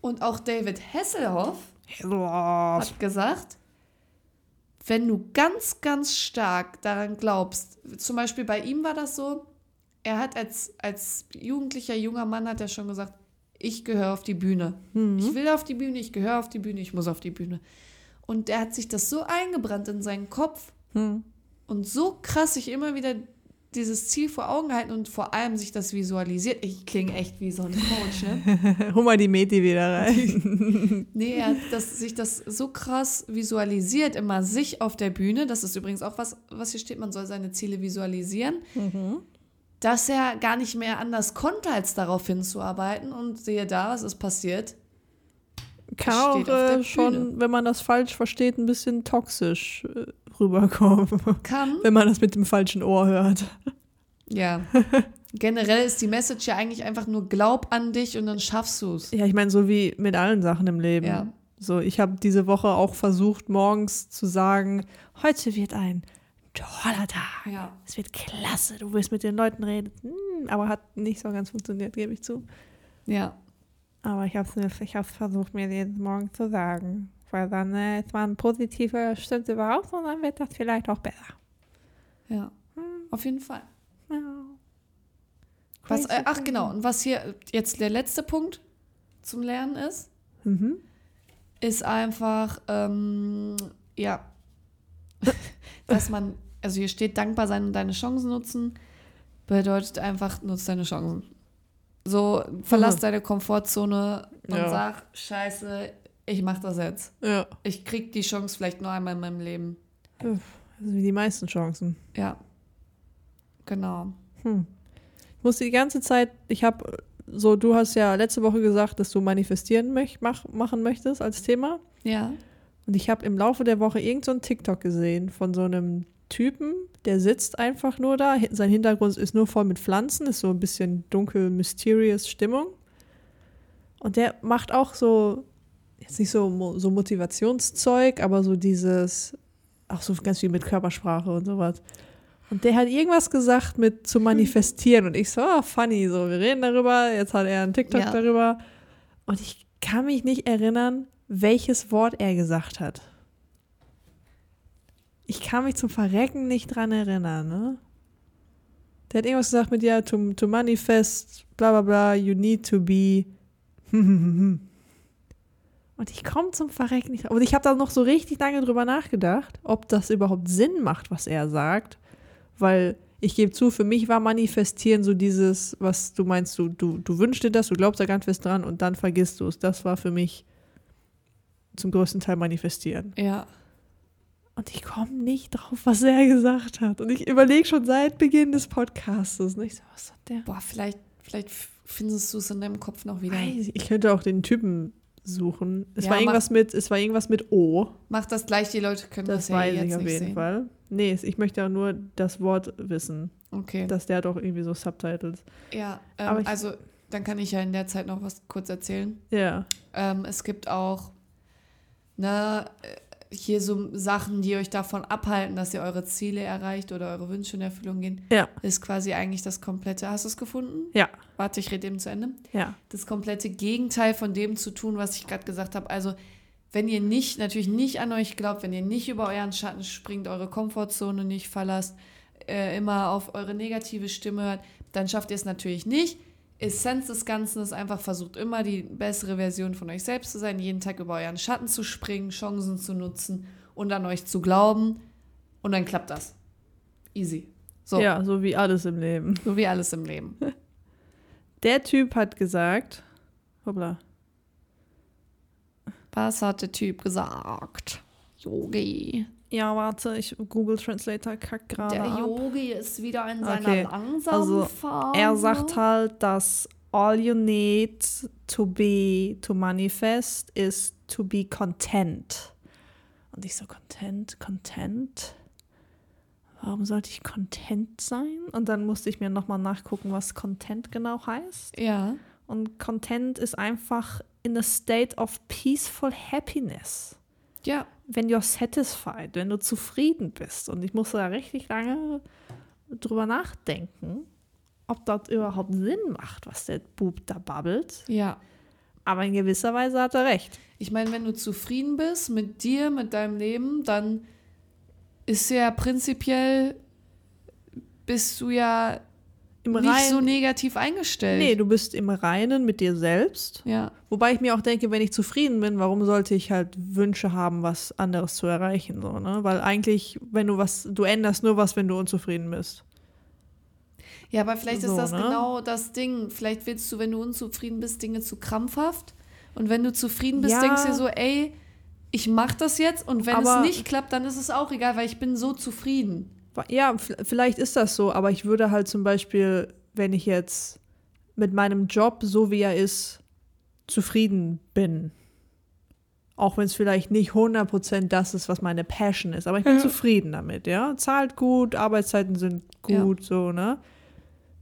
Und auch David Hasselhoff Boah. hat gesagt, wenn du ganz, ganz stark daran glaubst, zum Beispiel bei ihm war das so, er hat als, als jugendlicher, junger Mann hat er schon gesagt, ich gehöre auf die Bühne. Ich will auf die Bühne, ich gehöre auf die Bühne, ich muss auf die Bühne. Und er hat sich das so eingebrannt in seinen Kopf Hm. und so krass sich immer wieder dieses Ziel vor Augen gehalten und vor allem sich das visualisiert. Ich klinge echt wie so ein Coach, ne? Hol mal die Meti wieder rein. Nee, er hat das, sich das so krass visualisiert, immer sich auf der Bühne, das ist übrigens auch was, was hier steht, man soll seine Ziele visualisieren, Mhm. dass er gar nicht mehr anders konnte, als darauf hinzuarbeiten. Und sehe da, was ist passiert. Kann Steht auch auf der äh, schon, Bühne. wenn man das falsch versteht, ein bisschen toxisch äh, rüberkommen. Kann, wenn man das mit dem falschen Ohr hört. ja. Generell ist die Message ja eigentlich einfach nur, glaub an dich und dann schaffst du es. Ja, ich meine, so wie mit allen Sachen im Leben. Ja. So, ich habe diese Woche auch versucht, morgens zu sagen, heute wird ein toller Tag. Ja. Es wird klasse, du wirst mit den Leuten reden. Hm, aber hat nicht so ganz funktioniert, gebe ich zu. Ja. Aber ich habe es ich hab's versucht, mir jeden Morgen zu sagen. Weil dann äh, es war ein positiver Stimmt überhaupt und dann wird das vielleicht auch besser. Hm, Ja. Auf jeden Fall. Ja. Was, Crazy, äh, ach crazy. genau, und was hier jetzt der letzte Punkt zum Lernen ist, Mhm. ist einfach, ähm, ja, dass man, also hier steht, dankbar sein und deine Chancen nutzen, bedeutet einfach, nutz deine Chancen. So, verlass Mhm. deine Komfortzone und Ja. sag, scheiße, ich mach das jetzt. Ja. Ich krieg die Chance vielleicht nur einmal in meinem Leben. Also wie die meisten Chancen. Ja. Genau. Hm. Ich musste die ganze Zeit, ich habe so, du hast ja letzte Woche gesagt, dass du manifestieren möcht, mach, machen möchtest als Thema. Ja. Und ich habe im Laufe der Woche irgend so ein TikTok gesehen von so einem Typen, der sitzt einfach nur da. Hi- Sein Hintergrund ist nur voll mit Pflanzen, ist so ein bisschen dunkel, mysterious Stimmung. Und der macht auch so, jetzt nicht so, mo- so Motivationszeug, aber so dieses, auch so ganz viel mit Körpersprache und sowas. Und der hat irgendwas gesagt mit zu manifestieren. Und ich so, ah, funny, so, wir reden darüber, jetzt hat er einen TikTok Ja. darüber. Und ich kann mich nicht erinnern, welches Wort er gesagt hat. Ich kann mich zum Verrecken nicht dran erinnern, ne? Der hat irgendwas gesagt mit, ja, to, to manifest, bla bla bla, you need to be. Und ich komme zum Verrecken nicht drauf. Und ich habe da noch so richtig lange drüber nachgedacht, ob das überhaupt Sinn macht, was er sagt. Weil ich gebe zu, für mich war manifestieren so dieses, was du meinst, du, du, du wünschst dir das, du glaubst da ganz fest dran und dann vergisst du es. Das war für mich zum größten Teil manifestieren. Ja. Und ich komme nicht drauf, was er gesagt hat. Und ich überlege schon seit Beginn des Podcastes. Und ich so, was hat der? Boah, vielleicht, vielleicht findest du es in deinem Kopf noch wieder. Weiß ich- Ich könnte auch den Typen suchen. Es Ja, war irgendwas mit, es war irgendwas mit O. Mach das gleich, die Leute können Das das, ja eh weiß jetzt ich auf nicht jeden sehen. Fall. Nee, es- ich möchte ja nur das Wort wissen. Okay. Dass der hat auch irgendwie so Subtitles. ja, ähm, aber ich- also dann kann ich ja in der Zeit noch was kurz erzählen. Ja. Ähm, es gibt auch ne, äh, hier so Sachen, die euch davon abhalten, dass ihr eure Ziele erreicht oder eure Wünsche in Erfüllung gehen. Ja. Ist quasi eigentlich das komplette. Hast du es gefunden? Ja. Warte, ich rede eben zu Ende. Ja. das komplette Gegenteil von dem zu tun, was ich gerade gesagt habe. Also, wenn ihr nicht, natürlich nicht an euch glaubt, wenn ihr nicht über euren Schatten springt, eure Komfortzone nicht verlasst, äh, immer auf eure negative Stimme hört, dann schafft ihr es natürlich nicht. Essenz des Ganzen ist einfach, versucht immer die bessere Version von euch selbst zu sein, jeden Tag über euren Schatten zu springen, Chancen zu nutzen und an euch zu glauben. Und dann klappt das. Easy. So, Ja, so wie alles im Leben. so wie alles im Leben. Der Typ hat gesagt, hoppla, Was hat der Typ gesagt? Yogi. ja, warte, ich Google Translator kackt gerade Der ab. Yogi ist wieder in seiner Okay, langsamen also Phase. Er sagt halt, dass all you need to be, to manifest, is to be content. Und ich so, content, content. warum sollte ich content sein? Und dann musste ich mir nochmal nachgucken, was content genau heißt. Ja. Und content ist einfach in a state of peaceful happiness. Ja. Wenn you're satisfied, wenn du zufrieden bist. Und ich musste da richtig lange drüber nachdenken, ob das überhaupt Sinn macht, was der Bub da babbelt. Ja. Aber in gewisser Weise hat er recht. Ich meine, wenn du zufrieden bist mit dir, mit deinem Leben, dann ist ja prinzipiell bist du ja Im nicht so Reinen. negativ eingestellt. nee, du bist im Reinen mit dir selbst. Ja. Wobei ich mir auch denke, wenn ich zufrieden bin, warum sollte ich halt Wünsche haben, was anderes zu erreichen? So, ne? Weil eigentlich, wenn du was, du änderst nur was, wenn du unzufrieden bist. Ja, aber vielleicht ist So, das ne? genau das Ding. Vielleicht willst du, wenn du unzufrieden bist, Dinge zu krampfhaft. Und wenn du zufrieden bist, Ja. denkst du dir so, ey, ich mach das jetzt. Und wenn Aber- es nicht klappt, dann ist es auch egal, weil ich bin so zufrieden. Ja, v- vielleicht ist das so, aber ich würde halt zum Beispiel, wenn ich jetzt mit meinem Job, so wie er ist, zufrieden bin. Auch wenn es vielleicht nicht 100% das ist, was meine Passion ist, aber ich bin Ja. zufrieden damit, ja. Zahlt gut, Arbeitszeiten sind Ja. gut, so, ne.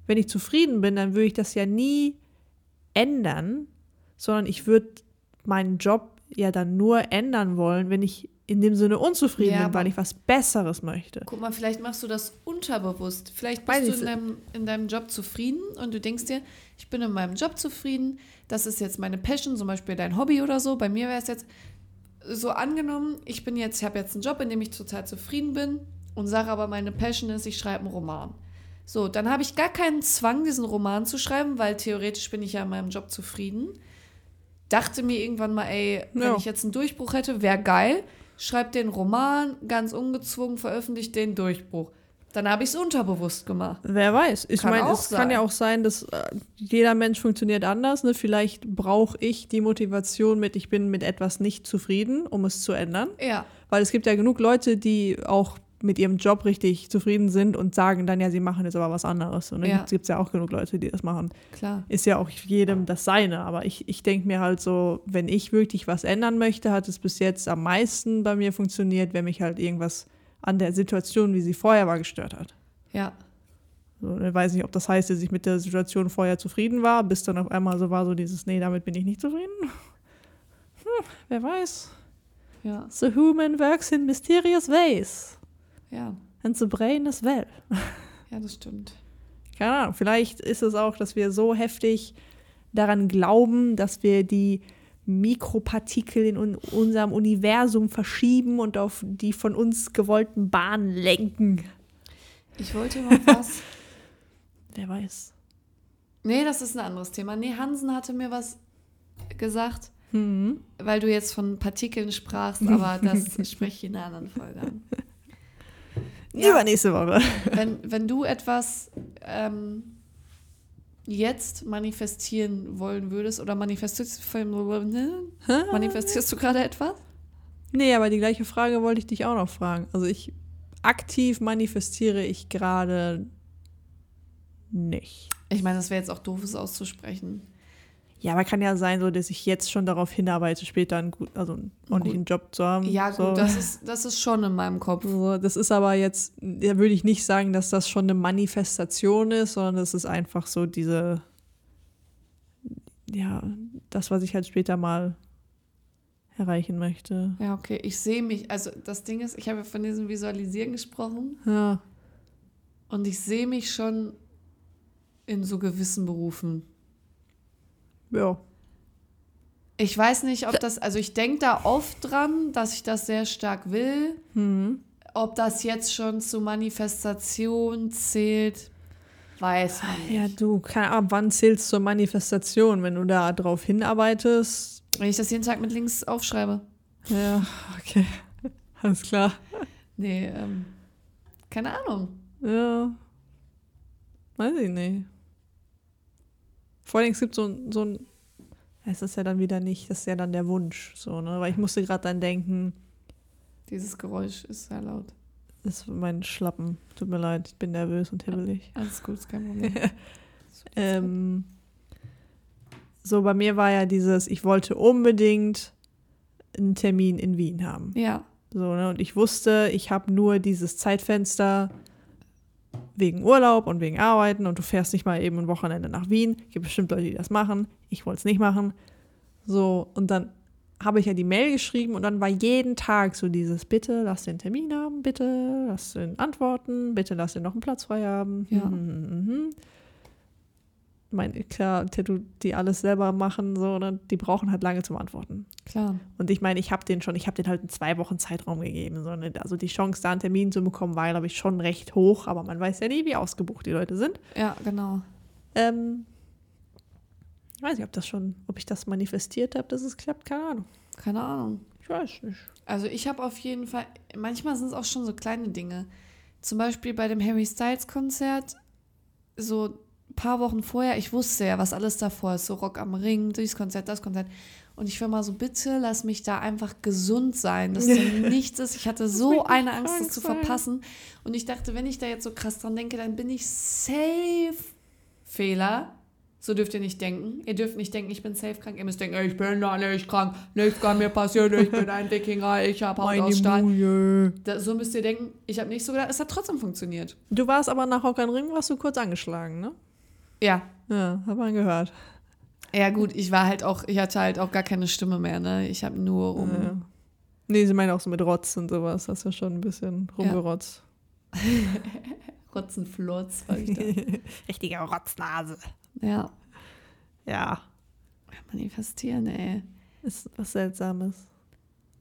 Wenn ich zufrieden bin, dann würde ich das ja nie ändern, sondern ich würde meinen Job ja dann nur ändern wollen, wenn ich in dem Sinne unzufrieden Ja, bin, weil aber- ich was Besseres möchte. Guck mal, vielleicht machst du das unterbewusst. Vielleicht Weiß bist du ich in deinem, in deinem Job zufrieden und du denkst dir, ich bin in meinem Job zufrieden, das ist jetzt meine Passion, zum Beispiel dein Hobby oder so. Bei mir wäre es jetzt so angenommen, ich bin jetzt, ich habe jetzt einen Job, in dem ich total zufrieden bin und sage aber, meine Passion ist, ich schreibe einen Roman. So, dann habe ich gar keinen Zwang, diesen Roman zu schreiben, weil theoretisch bin ich ja in meinem Job zufrieden. Dachte mir irgendwann mal, ey, wenn Ja. ich jetzt einen Durchbruch hätte, wäre geil. Schreib den Roman, ganz ungezwungen, veröffentlicht den Durchbruch. Dann habe ich es unterbewusst gemacht. Wer weiß. Ich Kann meine, auch es kann ja sein. auch sein, dass äh, jeder Mensch funktioniert anders. Ne? Vielleicht brauche ich die Motivation mit, ich bin mit etwas nicht zufrieden, um es zu ändern. Ja, Weil es gibt ja genug Leute, die auch mit ihrem Job richtig zufrieden sind und sagen dann, ja, sie machen jetzt aber was anderes. Und dann Ja. ja. gibt es ja auch genug Leute, die das machen. klar. Ist ja auch jedem das Seine. Aber ich, ich denke mir halt so, wenn ich wirklich was ändern möchte, hat es bis jetzt am meisten bei mir funktioniert, wenn mich halt irgendwas an der Situation, wie sie vorher war, gestört hat. Ja, So, ich weiß nicht, ob das heißt, dass ich mit der Situation vorher zufrieden war, bis dann auf einmal so war, so dieses, nee, damit bin ich nicht zufrieden. Hm, wer weiß. ja, The human works in mysterious ways. ja. And the brain as well. Ja, das stimmt. Keine Ahnung, vielleicht ist es auch, dass wir so heftig daran glauben, dass wir die Mikropartikel in un unserem Universum verschieben und auf die von uns gewollten Bahnen lenken. Ich wollte mal was. Wer weiß. Nee, das ist ein anderes Thema. Nee, Hansen hatte mir was gesagt, Mhm. weil du jetzt von Partikeln sprachst, aber das spreche ich in einer anderen Folge an. Ja. Übernächste Woche. Wenn, wenn du etwas ähm, jetzt manifestieren wollen würdest oder manifestierst, manifestierst du gerade etwas? Nee, aber die gleiche Frage wollte ich dich auch noch fragen. Also ich aktiv manifestiere ich gerade nicht. Ich meine, das wäre jetzt auch doof, es auszusprechen. Ja, aber kann ja sein, so dass ich jetzt schon darauf hinarbeite, später einen guten, also einen ordentlichen Job zu haben. Ja, gut, so. das, ist, das ist schon in meinem Kopf. so, das ist aber jetzt, da würde ich nicht sagen, dass das schon eine Manifestation ist, sondern das ist einfach so diese, ja, das, was ich halt später mal erreichen möchte. Ja, okay, ich sehe mich. Also, das Ding ist, ich habe ja von diesem Visualisieren gesprochen Ja, und ich sehe mich schon in so gewissen Berufen. ja. Ich weiß nicht, ob das, also ich denke da oft dran, dass ich das sehr stark will. Hm. Ob das jetzt schon zu Manifestation zählt, weiß man Ah, Ja, nicht. du, keine Ahnung, wann zählst zur Manifestation, wenn du da drauf hinarbeitest? Wenn ich das jeden Tag mit links aufschreibe. Ja, okay. Alles klar. Nee, ähm, keine Ahnung. Ja. Weiß ich nicht. Vor allem, es gibt so, ein- so ein. Es ist ja dann wieder nicht, das ist ja dann der Wunsch, so, ne? Weil ich musste gerade dann denken, Dieses Geräusch ist sehr laut. das ist mein Schlappen. Tut mir leid, ich bin nervös und hibbelig. Alles gut, ist kein Problem. Ähm, so, bei mir war ja dieses, ich wollte unbedingt einen Termin in Wien haben. Ja, So, ne? Und ich wusste, ich habe nur dieses Zeitfenster wegen Urlaub und wegen Arbeiten und du fährst nicht mal eben ein Wochenende nach Wien. Gibt bestimmt Leute, die das machen. Ich wollte es nicht machen. So, und dann habe ich ja die Mail geschrieben und dann war jeden Tag so dieses, bitte lass den Termin haben, bitte lass den antworten, bitte lass den noch einen Platz frei haben. Ja. Mhm, mhm. Ich meine, klar, Tattoo, die alles selber machen, so, ne, die brauchen halt lange zum Antworten. Klar. Und ich meine, ich habe den schon, ich habe den halt einen zwei Wochen Zeitraum gegeben. So, ne? Also die Chance, da einen Termin zu bekommen, war, glaube ich, schon recht hoch, aber man weiß ja nie, wie ausgebucht die Leute sind. Ja, genau. Ähm, ich weiß nicht, ob das schon, ob ich das manifestiert habe, dass es klappt, keine Ahnung. Keine Ahnung. Ich weiß nicht. Also ich habe auf jeden Fall, manchmal sind es auch schon so kleine Dinge. Zum Beispiel bei dem Harry Styles Konzert, so ein paar Wochen vorher, ich wusste ja, was alles davor ist, so Rock am Ring, dieses Konzert, das Konzert. Und ich war mal so, bitte lass mich da einfach gesund sein, dass da nichts ist. Ich hatte mich so nicht eine Angst, krank das zu sein. verpassen. Und ich dachte, wenn ich da jetzt so krass dran denke, dann bin ich safe Fehler. So dürft ihr nicht denken. Ihr dürft nicht denken, ich bin safe krank. Ihr müsst denken, ich bin da nicht krank. Nichts kann mir passieren. Ich bin ein Wikinger. Ich habe Haut aus Stahl. Muje. Da, so müsst ihr denken, ich habe nicht so gedacht. Es hat trotzdem funktioniert. Du warst aber nach Rock am Ring, warst du kurz angeschlagen, ne? Ja. Ja, hat man gehört. Ja gut, ich war halt auch, ich hatte halt auch gar keine Stimme mehr. Ne? Ich habe nur um... Oh, Ja. Nee, sie meinen auch so mit Rotz und sowas, hast ja schon ein bisschen rumgerotzt. Rotzenflurz war ich da. Richtige Rotznase. ja, Ja, manifestieren, ey. ist was Seltsames.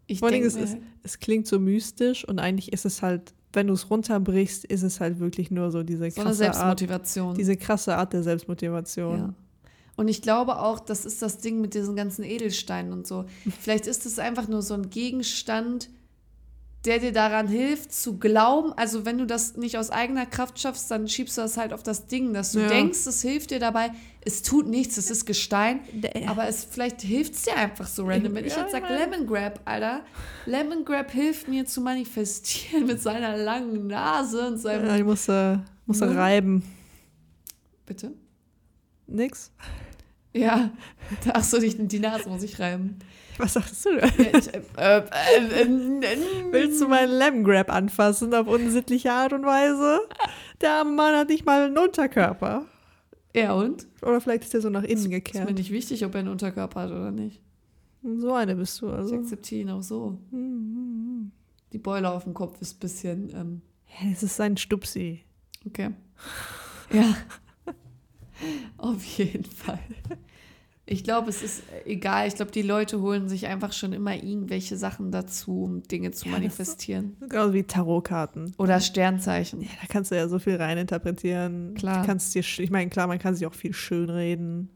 Ich Vor allen Dingen, denke, es, ist, es klingt so mystisch und eigentlich ist es halt, wenn du es runterbrichst, ist es halt wirklich nur so diese so eine krasse Art, Selbstmotivation. diese krasse Art der Selbstmotivation. Ja. Und ich glaube auch, das ist das Ding mit diesen ganzen Edelsteinen und so. Vielleicht ist es einfach nur so ein Gegenstand, der dir daran hilft zu glauben. Also wenn du das nicht aus eigener Kraft schaffst, dann schiebst du das halt auf das Ding, dass du Ja. denkst, es hilft dir dabei. Es tut nichts, es ist Gestein. Der- Aber es vielleicht hilft es dir einfach so random. Wenn ich Ja, jetzt ich sage, meine- Lemon Grab, Alter, Lemon Grab hilft mir zu manifestieren mit seiner langen Nase und seinem... Ja, die musst du, musst du Ja. reiben. Bitte? Nix? Ja. Achso, die, die Nase muss ich reiben. Was sagst du? denn? Ja, ich, äh, äh, äh, äh, Willst du meinen Lamb Grab anfassen auf unsittliche Art und Weise? Der arme Mann hat nicht mal einen Unterkörper. äh, ja, und? Oder vielleicht ist er so nach innen Ist mir gekehrt. nicht wichtig, ob er einen Unterkörper hat oder nicht. So eine bist du Ich also. hm, akzeptiere ihn auch so. Die Beule auf dem Kopf ist ein bisschen, ähm, Es ist sein Stupsi. okay. Ja. auf jeden Fall. Ich glaube, es ist egal. Ich glaube, die Leute holen sich einfach schon immer irgendwelche Sachen dazu, um Dinge zu Ja, das- manifestieren. Genauso wie Tarotkarten. Oder Sternzeichen. Ja, da kannst du ja so viel reininterpretieren. Klar. Du kannst dir, sch- ich meine, klar, man kann sich auch viel schönreden.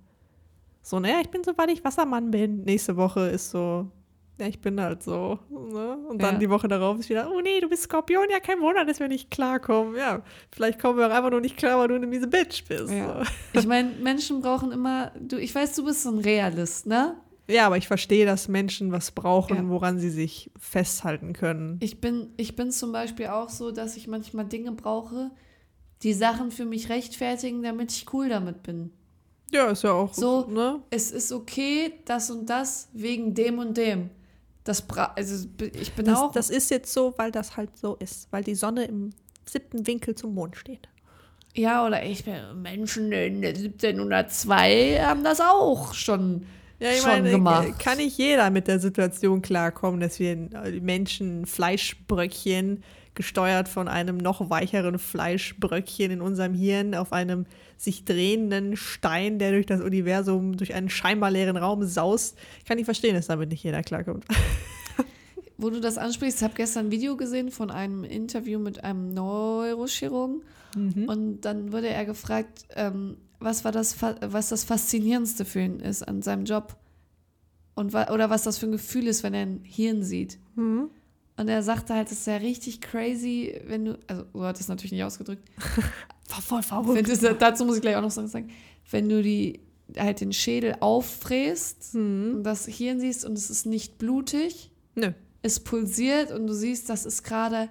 So, naja, ich bin so, weil ich Wassermann bin. Nächste Woche ist so, ja, ich bin halt so. Ne? Und dann Ja. die Woche darauf ist wieder, oh nee, du bist Skorpion, ja, kein Wunder, dass wir nicht klarkommen. Ja, vielleicht kommen wir auch einfach nur nicht klar, weil du eine miese Bitch bist. Ja. Ja, Ich meine, Menschen brauchen immer, du, ich weiß, du bist so ein Realist, ne? so. ja aber ich verstehe, dass Menschen was brauchen, Ja. woran sie sich festhalten können. Ich bin, ich bin zum Beispiel auch so, dass ich manchmal Dinge brauche, die Sachen für mich rechtfertigen, damit ich cool damit bin. Ja, ist ja auch So- ne? Es ist okay, das und das wegen dem und dem. Das bra also ich bin Das, auch. das ist jetzt so, weil das halt so ist, weil die Sonne im siebten Winkel zum Mond steht. ja, oder ich bin Menschen in 1702 haben das auch schon, schon gemacht. kann nicht jeder mit der Situation klarkommen, dass wir äh, Menschen Fleischbröckchen gesteuert von einem noch weicheren Fleischbröckchen in unserem Hirn auf einem sich drehenden Stein, der durch das Universum, durch einen scheinbar leeren Raum saust, kann ich verstehen, dass damit nicht jeder klarkommt. Wo du das ansprichst, ich habe gestern ein Video gesehen von einem Interview mit einem Neurochirurgen Hm? und dann wurde er gefragt, ähm, was war das, Fa- was das faszinierendste für ihn ist an seinem Job und wa oder was das für ein Gefühl ist, wenn er ein Hirn sieht. Hm? Und er sagte halt, es ist ja richtig crazy, wenn du, also so hat das natürlich nicht ausgedrückt, War voll wenn verrückt. du, dazu muss ich gleich auch noch was sagen. Wenn du die halt den Schädel auffräst Mhm. und das Hirn siehst und es ist nicht blutig, Hm? Nö. es pulsiert und du siehst, das ist gerade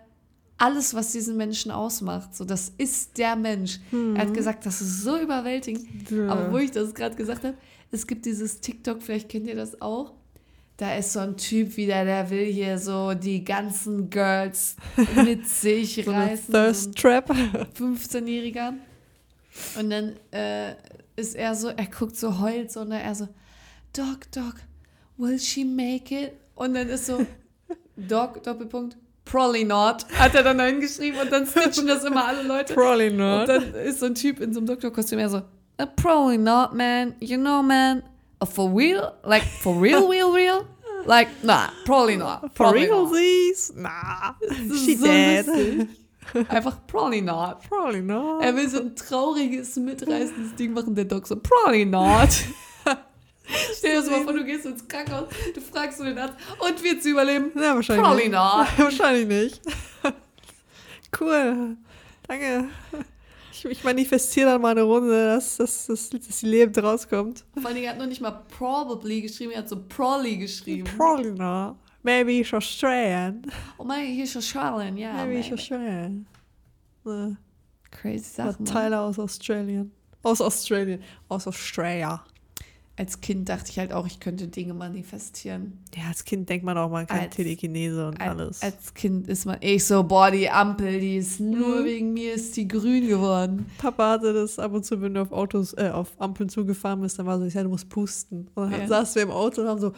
alles, was diesen Menschen ausmacht. So, das ist der Mensch. Er hat gesagt, das ist so überwältigend. Hm. Ja. Aber wo ich das gerade gesagt habe, es gibt dieses TikTok, vielleicht kennt ihr das auch. Da ist so ein Typ wieder, der will hier so die ganzen Girls mit sich So eine reißen. so ein Thirst Trap. 15-Jähriger. Und dann äh, ist er so, er guckt so, heult so, und dann er so, Doc, Doc, will she make it? Und dann ist so, Doc, Doppelpunkt, probably not, hat er dann hingeschrieben und dann snitchen das immer alle Leute. Probably Und not. dann ist so ein Typ in so einem Doktorkostüm, er so, "Uh, probably not, man, you know, man, uh, for real, like, for real, real, real? Like, nah, probably not. For Probably not. realsies? Nah. ist She so dead. Einfach probably not. Probably not. Er will so ein trauriges, mitreißendes Ding machen, der Doc so, probably not. Stell dir das mal vor, du gehst ins Krankenhaus, du fragst so den Arzt, und wird's überleben? Na, wahrscheinlich Probably nicht. not. wahrscheinlich nicht. cool. Danke. Ich, ich manifestiere dann mal eine Runde, dass, dass, dass, dass die lebend rauskommt. Vor allen Dingen, er hat noch nicht mal probably geschrieben, er hat so prolly geschrieben. Probably not. Maybe it's Australian. oh mein, hier ist schon Charlene, ja. Maybe it's maybe. Australian. Ne, Crazy war Sachen. Mann. Tyler aus Australien. Aus Australien. Aus Australia. Als Kind dachte ich halt auch, ich könnte Dinge manifestieren. Ja, als Kind denkt man auch, man kann Als- Telekinese und Al- alles. Als Kind ist man, ich so, boah, die Ampel, die ist nur Mhm. wegen mir, ist die grün geworden. Papa hatte das ab und zu, wenn du auf Autos, äh, auf Ampeln zugefahren bist, dann war so, ich sag, du musst pusten. Und dann Ja. saßen wir im Auto und haben so.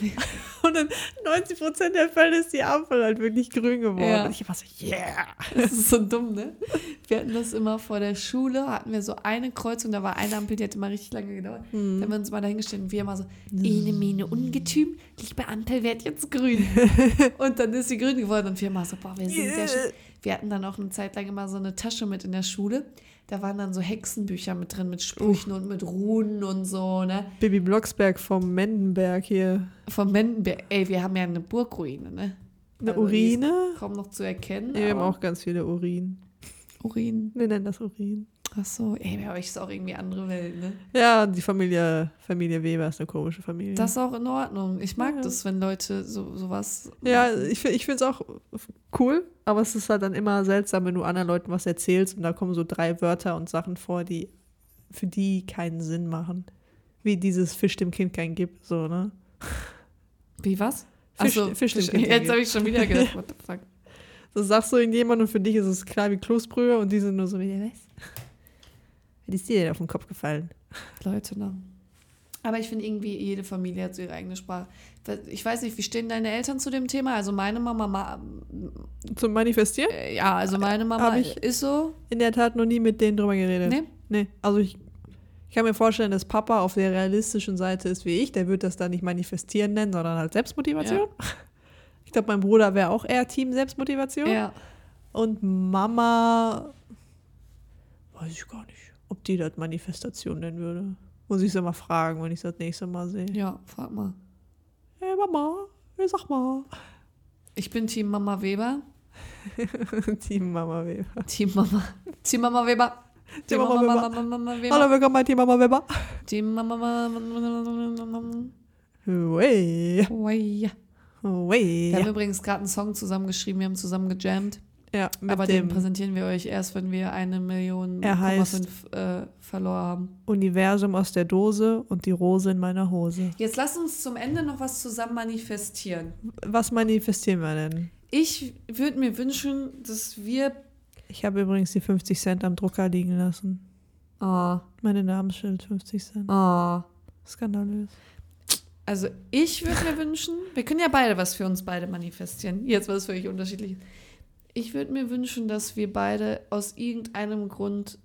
und in 90 Prozent der Fälle ist die Ampel halt wirklich grün geworden. Ja. Und ich war so, yeah. Das ist so dumm, ne? Wir hatten das immer vor der Schule, hatten wir so eine Kreuzung, da war eine Ampel, die hat immer richtig lange gedauert. Hm. Da haben wir uns mal dahingestellt und wir immer so, ene mene ungetüm, liebe Ampel, werd jetzt grün. und dann ist sie grün geworden und wir immer so, boah, wir sind sehr schön. Wir hatten dann auch eine Zeit lang immer so eine Tasche mit in der Schule. Da waren dann so Hexenbücher mit drin, mit Sprüchen und mit Runen und so, ne? Baby Blocksberg vom Mendenberg hier. Vom Mendenberg. Ey, wir haben ja eine Burgruine, ne? Eine Also, die ist Urine? Kaum noch zu erkennen. Ja, wir haben aber- auch ganz viele Urin. Urin. Wir nennen das Urin. Ach so, ey, bei euch ist auch irgendwie andere Welt, ne? Ja, die Familie, Familie Weber ist eine komische Familie. Das ist auch in Ordnung. Ich mag Ja. das, wenn Leute so, sowas. ja, ich, fi- ich finde es auch cool, aber es ist halt dann immer seltsam, wenn du anderen Leuten was erzählst und da kommen so drei Wörter und Sachen vor, die für die keinen Sinn machen. Wie dieses Fisch dem Kind kein Gib, so, ne? Wie was? Ach Fisch- so, Fisch dem Kind Jetzt geben. habe ich schon wieder gedacht, what the fuck. Das sagst du irgendjemandem und für dich ist es klar wie Kloßbrühe und die sind nur so, wie, was? Was ist dir denn auf den Kopf gefallen? Leute, ne? Aber ich finde irgendwie, jede Familie hat so ihre eigene Sprache. Ich weiß nicht, wie stehen deine Eltern zu dem Thema? Also meine Mama, ma, Zum Manifestieren? äh, ja, also meine Mama Hab ich- ist so. In der Tat noch nie mit denen drüber geredet. Ne? Nee, also ich, ich kann mir vorstellen, dass Papa auf der realistischen Seite ist wie ich. Der wird das dann nicht manifestieren nennen, sondern halt Selbstmotivation. Ich glaube, mein Bruder wäre auch eher Team Selbstmotivation. Ja. Und Mama, weiß ich gar nicht, ob die das Manifestation nennen würde. Muss ich sie mal fragen, wenn ich sie das nächste Mal sehe. ja, frag mal. Hey Mama, sag mal. Ich bin Team Mama Weber. Team Mama Weber. Team Mama. Team Mama Weber. Team Mama Weber. Mama, Mama Weber. Hallo, willkommen bei Team Mama Weber. Team Mama Mama. Mama, Mama. Wey, Oh, ja. Wir wey. haben übrigens gerade einen Song zusammengeschrieben, wir haben zusammen gejammt. Ja, mit aber dem den präsentieren wir euch erst, wenn wir eine Million Er heißt- 0,5, äh, verloren haben. Universum aus der Dose und die Rose in meiner Hose. Jetzt lasst uns zum Ende noch was zusammen manifestieren. Was manifestieren wir denn? Ich würde mir wünschen, dass wir. Ich habe übrigens die 50 Cent am Drucker liegen lassen. Oh, Meine Namensschild, 50 Cent. oh. Skandalös. Also ich würde mir wünschen, wir können ja beide was für uns beide manifestieren. Jetzt war es völlig unterschiedlich. Ich würde mir wünschen, dass wir beide aus irgendeinem Grund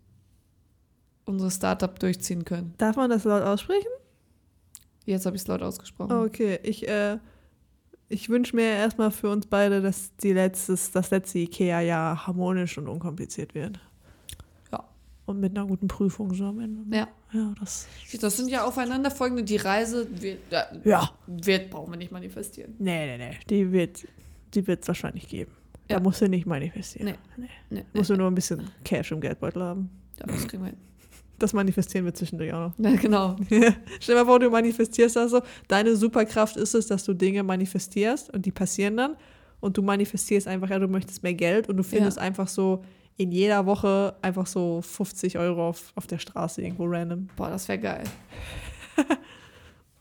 unsere Startup durchziehen können. Darf man das laut aussprechen? Jetzt habe ich es laut ausgesprochen. Okay, ich, äh, ich wünsche mir erstmal für uns beide, dass die letztes, das letzte IKEA-Jahr harmonisch und unkompliziert wird. Ja. Und mit einer guten Prüfung so am Ende. Ja. Ja, das. Das sind ja aufeinanderfolgende, die Reise wird, äh, Ja. wird brauchen wir nicht manifestieren. Nee, nee, nee. Die wird die wird's wahrscheinlich geben. Ja. Da musst du nicht manifestieren. Nee. Nee, nee, Musst du nur ein bisschen Cash im Geldbeutel haben. ja, das kriegen wir hin. Das manifestieren wir zwischendurch auch noch. Na, genau. Stell dir mal vor, du manifestierst also, deine Superkraft ist es, dass du Dinge manifestierst und die passieren dann. Und du manifestierst einfach, ja, du möchtest mehr Geld und du findest einfach so in jeder Woche einfach so 50 Euro auf, auf der Straße irgendwo random. Boah, das wäre geil.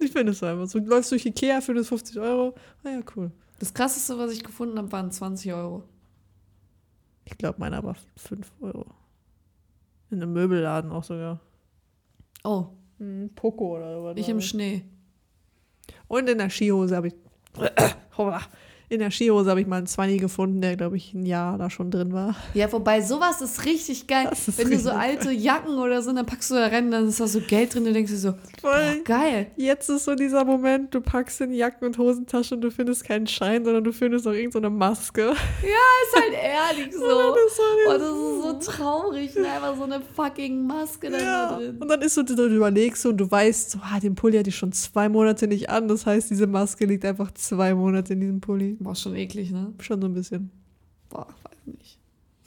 Ich finde es einfach. So, Du läufst durch Ikea für das 50 Euro. Ah ja, cool. Das krasseste, was ich gefunden habe, waren 20 Euro. Ich glaube, meiner war 5 Euro. In einem Möbelladen auch sogar. Oh, Hm, Poco oder was? ich im Schnee. Und in der Skihose habe ich. Hoppla. In der Skihose habe ich mal einen Zwanni gefunden, der, glaube ich, ein Jahr da schon drin war. Ja, wobei sowas ist richtig geil. Das ist Wenn du so richtig alte Jacken oder so, dann packst du da rein, dann ist da so Geld drin, du denkst dir so, boah, geil. Jetzt ist so dieser Moment, du packst in die Jacken- und Hosentasche und du findest keinen Schein, sondern du findest auch irgendeine so eine Maske. Ist halt ehrlich so. Und Oh, Und das ist so dieses- das ist so traurig, ne? einfach so eine fucking Maske da Ja. drin. Und dann ist so, du du überlegst so und du weißt, so, ah, den Pulli hatte ich schon zwei Monate nicht an. Das heißt, diese Maske liegt einfach zwei Monate in diesem Pulli. Boah, schon eklig, ne? Schon so ein bisschen. Boah, weiß nicht.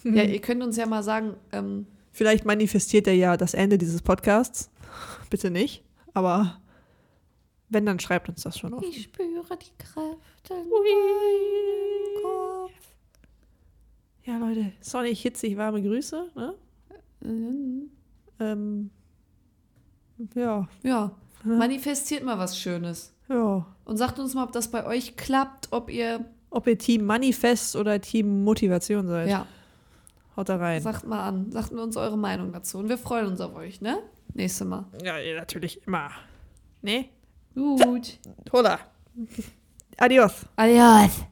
Ja, ihr könnt uns ja mal sagen, ähm, Vielleicht manifestiert er ja das Ende dieses Podcasts. Bitte nicht. Aber wenn, dann schreibt uns das schon auf. ich spüre die Kräfte. in meinem Ui. Kopf. Ja, Leute, sonnig, hitzig, warme Grüße. Ne? Mhm. Ähm, ja, Ja, Ja. manifestiert mal was Schönes. ja. Und sagt uns mal, ob das bei euch klappt, ob ihr. Ob ihr Team Manifest oder Team Motivation seid, Ja, haut da rein. sagt mal an. Sagt mir uns eure Meinung dazu. Und wir freuen uns auf euch, ne? Nächstes Mal. Ja, ja, natürlich immer. Ne? Gut. Hola. Adios. Adios.